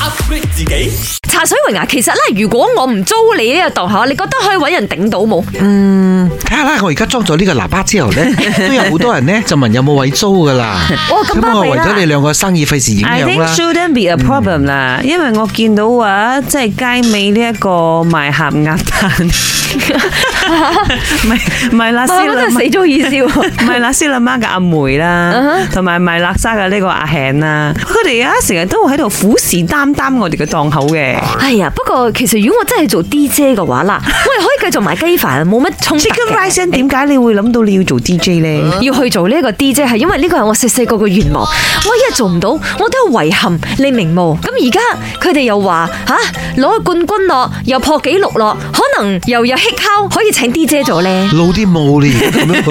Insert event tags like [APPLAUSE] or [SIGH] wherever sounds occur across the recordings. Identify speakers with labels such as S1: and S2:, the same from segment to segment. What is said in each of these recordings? S1: upgrade 自己。
S2: 茶水榮啊，其實咧，如果我唔租你呢個檔口，你覺得可以搵人頂到
S3: [LAUGHS]
S2: 冇？
S4: 睇下啦，我而家裝咗呢個喇叭之後咧，都有好多人咧就問有冇位租噶啦。
S2: 哇咁巴閉啦
S4: 咁我為咗你兩個生意費事影
S3: I
S4: 響
S3: think
S4: 啦。
S3: shouldn't be a problem 啦，因為我見到話即係街尾呢一個賣鹹鴨蛋，賣賣辣絲
S2: 我真係
S3: 啦啊
S2: 死
S3: 媽，
S2: 咗意思喎。
S3: [LAUGHS] 賣辣絲啦媽嘅阿梅啦，同埋賣辣沙嘅呢個阿慶啦，佢哋啊成日都會喺度虎視眈眈我哋嘅檔口嘅。
S2: 哎呀，不過其實如果我真係做 DJ 嘅話
S3: [LAUGHS]
S2: 啦，我哋可以繼續賣雞飯，冇乜衝突
S3: Chicken
S2: 嘅。
S3: Rising 點解你會諗到你要做 DJ 咧？
S2: 要去做呢一個 DJ 係因為呢個係我細細個嘅願望，我一日做唔到，我都有遺憾，你明冇？咁而家佢哋又話吓攞冠軍咯，又破紀錄咯，可能又有 hit 烤可以請 DJ 做呢。
S4: 老啲冇你咁樣去，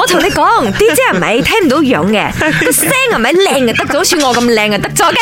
S2: 我同你講，DJ 係咪聽唔到樣嘅，個聲係咪靚嘅得咗，好似我咁靚嘅得咗嘅。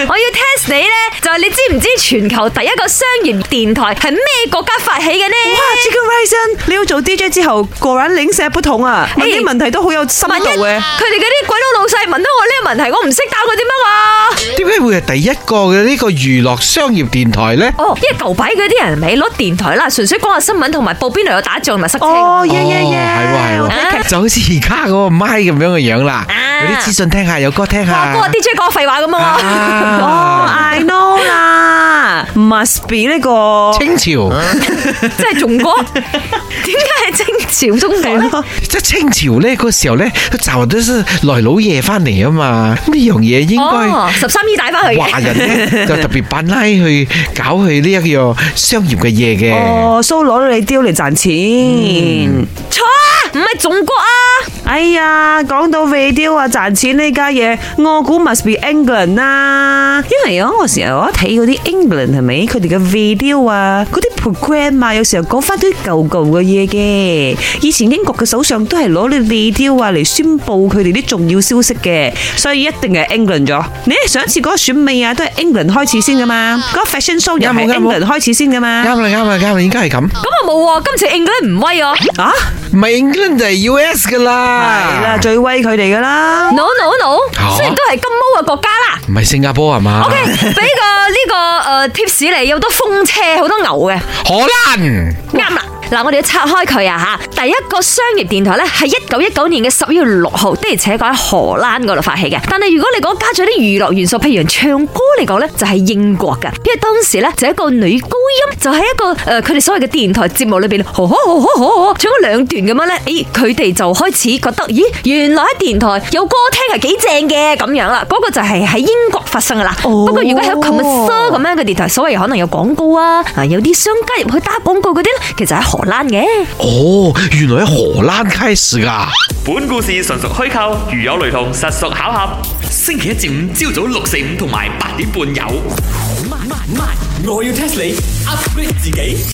S2: 我要 test 你呢，就係你知唔知全球第一個商業電台係咩國家發起嘅呢？
S3: 哇！Chicken Rising 你要做 DJ 之後，個人領寫不同啊，問啲
S2: 哎
S3: 問題都好有深
S2: 萬一
S3: 度
S2: 佢哋
S3: 嘅。
S2: 嗰啲鬼佬老細問到我呢個問題，我唔識答佢點樣話？
S4: 點解會係第一個嘅呢個娛樂商業電台咧？
S2: 哦，因為舊擺嗰啲人咪攞電台啦，純粹講下新聞同埋報邊度有打仗同埋塞車。
S3: 哦，耶耶耶！
S4: 哦係喎係
S2: 啊
S4: 喎，就好似而家嗰個麥咁樣嘅樣啦，
S2: 啊
S4: 有啲資訊聽下，有歌聽
S2: 哇，
S4: 下
S2: 嗰個。DJ 講廢話咁啊！ [LAUGHS]
S3: 哦
S4: 啊，
S3: ，I know 啦，must be 呢個
S4: 清朝，
S2: 即係中國，點解係清朝中國咧？
S4: 即係清朝咧嗰時候咧，佢就都是來老爺翻嚟啊嘛，咁呢樣嘢應該。
S2: 哦，十三姨帶
S3: 哎
S2: 翻去
S4: 華
S2: 嘅。
S4: 人咧就特別扮拉去搞佢呢一個商業嘅嘢嘅。
S3: 哦，蘇攞你雕嚟賺錢。
S2: 錯啊，唔係中國啊！
S3: 哎呀，講到尾雕啊賺錢呢家嘢，我估 must be England 啦。因為啊，我時候我睇嗰啲 England 係咪，佢哋嘅 video 啊，嗰啲 program 啊，有時候講翻啲舊舊嘅嘢嘅。以前英國嘅首相都係攞啲 video 啊嚟宣佈佢哋啲重要消息嘅，所以一定係 England 咗。你上一次嗰個選美啊，都係 England 開始先噶嘛，嗰、個 fashion show 又
S4: 啱冇
S3: 係
S4: 啱冇
S3: England 開始先噶嘛。
S4: 啱啦，啱啦，啱啦，應該係咁。
S2: 咁啊冇喎，今次 England 唔威哦。
S3: 啊，
S4: 唔係 England 就係 US 噶啦。
S3: 係啦，最威佢哋噶啦。
S2: No no no，
S4: 嚇
S2: 雖然都係金毛嘅國家啦。
S4: 唔係新加坡係嘛 [LAUGHS]
S2: OK，俾個呢個誒 tips 你，有好多風車，好多牛嘅。
S4: 荷蘭。
S2: 啱啦。嗱，我哋要拆開佢啊吓，第一個商業電台咧係一九一九年嘅十一月六號，的而且確喺荷蘭嗰度發起嘅。但係如果你講加咗啲娛樂元素，譬如唱歌嚟講咧，就係英國噶，因為當時咧就係一個女高音，就係一個誒佢哋所謂嘅電台節目裏邊，呵呵呵呵呵呵唱咗兩段咁樣咧，咦佢哋就開始覺得，咦原來喺電台有歌聽係幾正嘅咁樣啦，嗰個就係喺英國發生噶啦。
S3: 哦
S2: 不過如果喺 c o m m e r 咁樣嘅電台，所謂可能有廣告啊，啊有啲商家入去打廣告嗰啲咧，其實喺荷蘭嘅。
S4: 哦，原來喺荷蘭開始噶。
S5: 本故事純屬虛構，如有雷同，實屬巧合。星期一至五朝早六四五同埋八點半有。
S1: 慢慢慢，我要 test 你 upgrade 自己。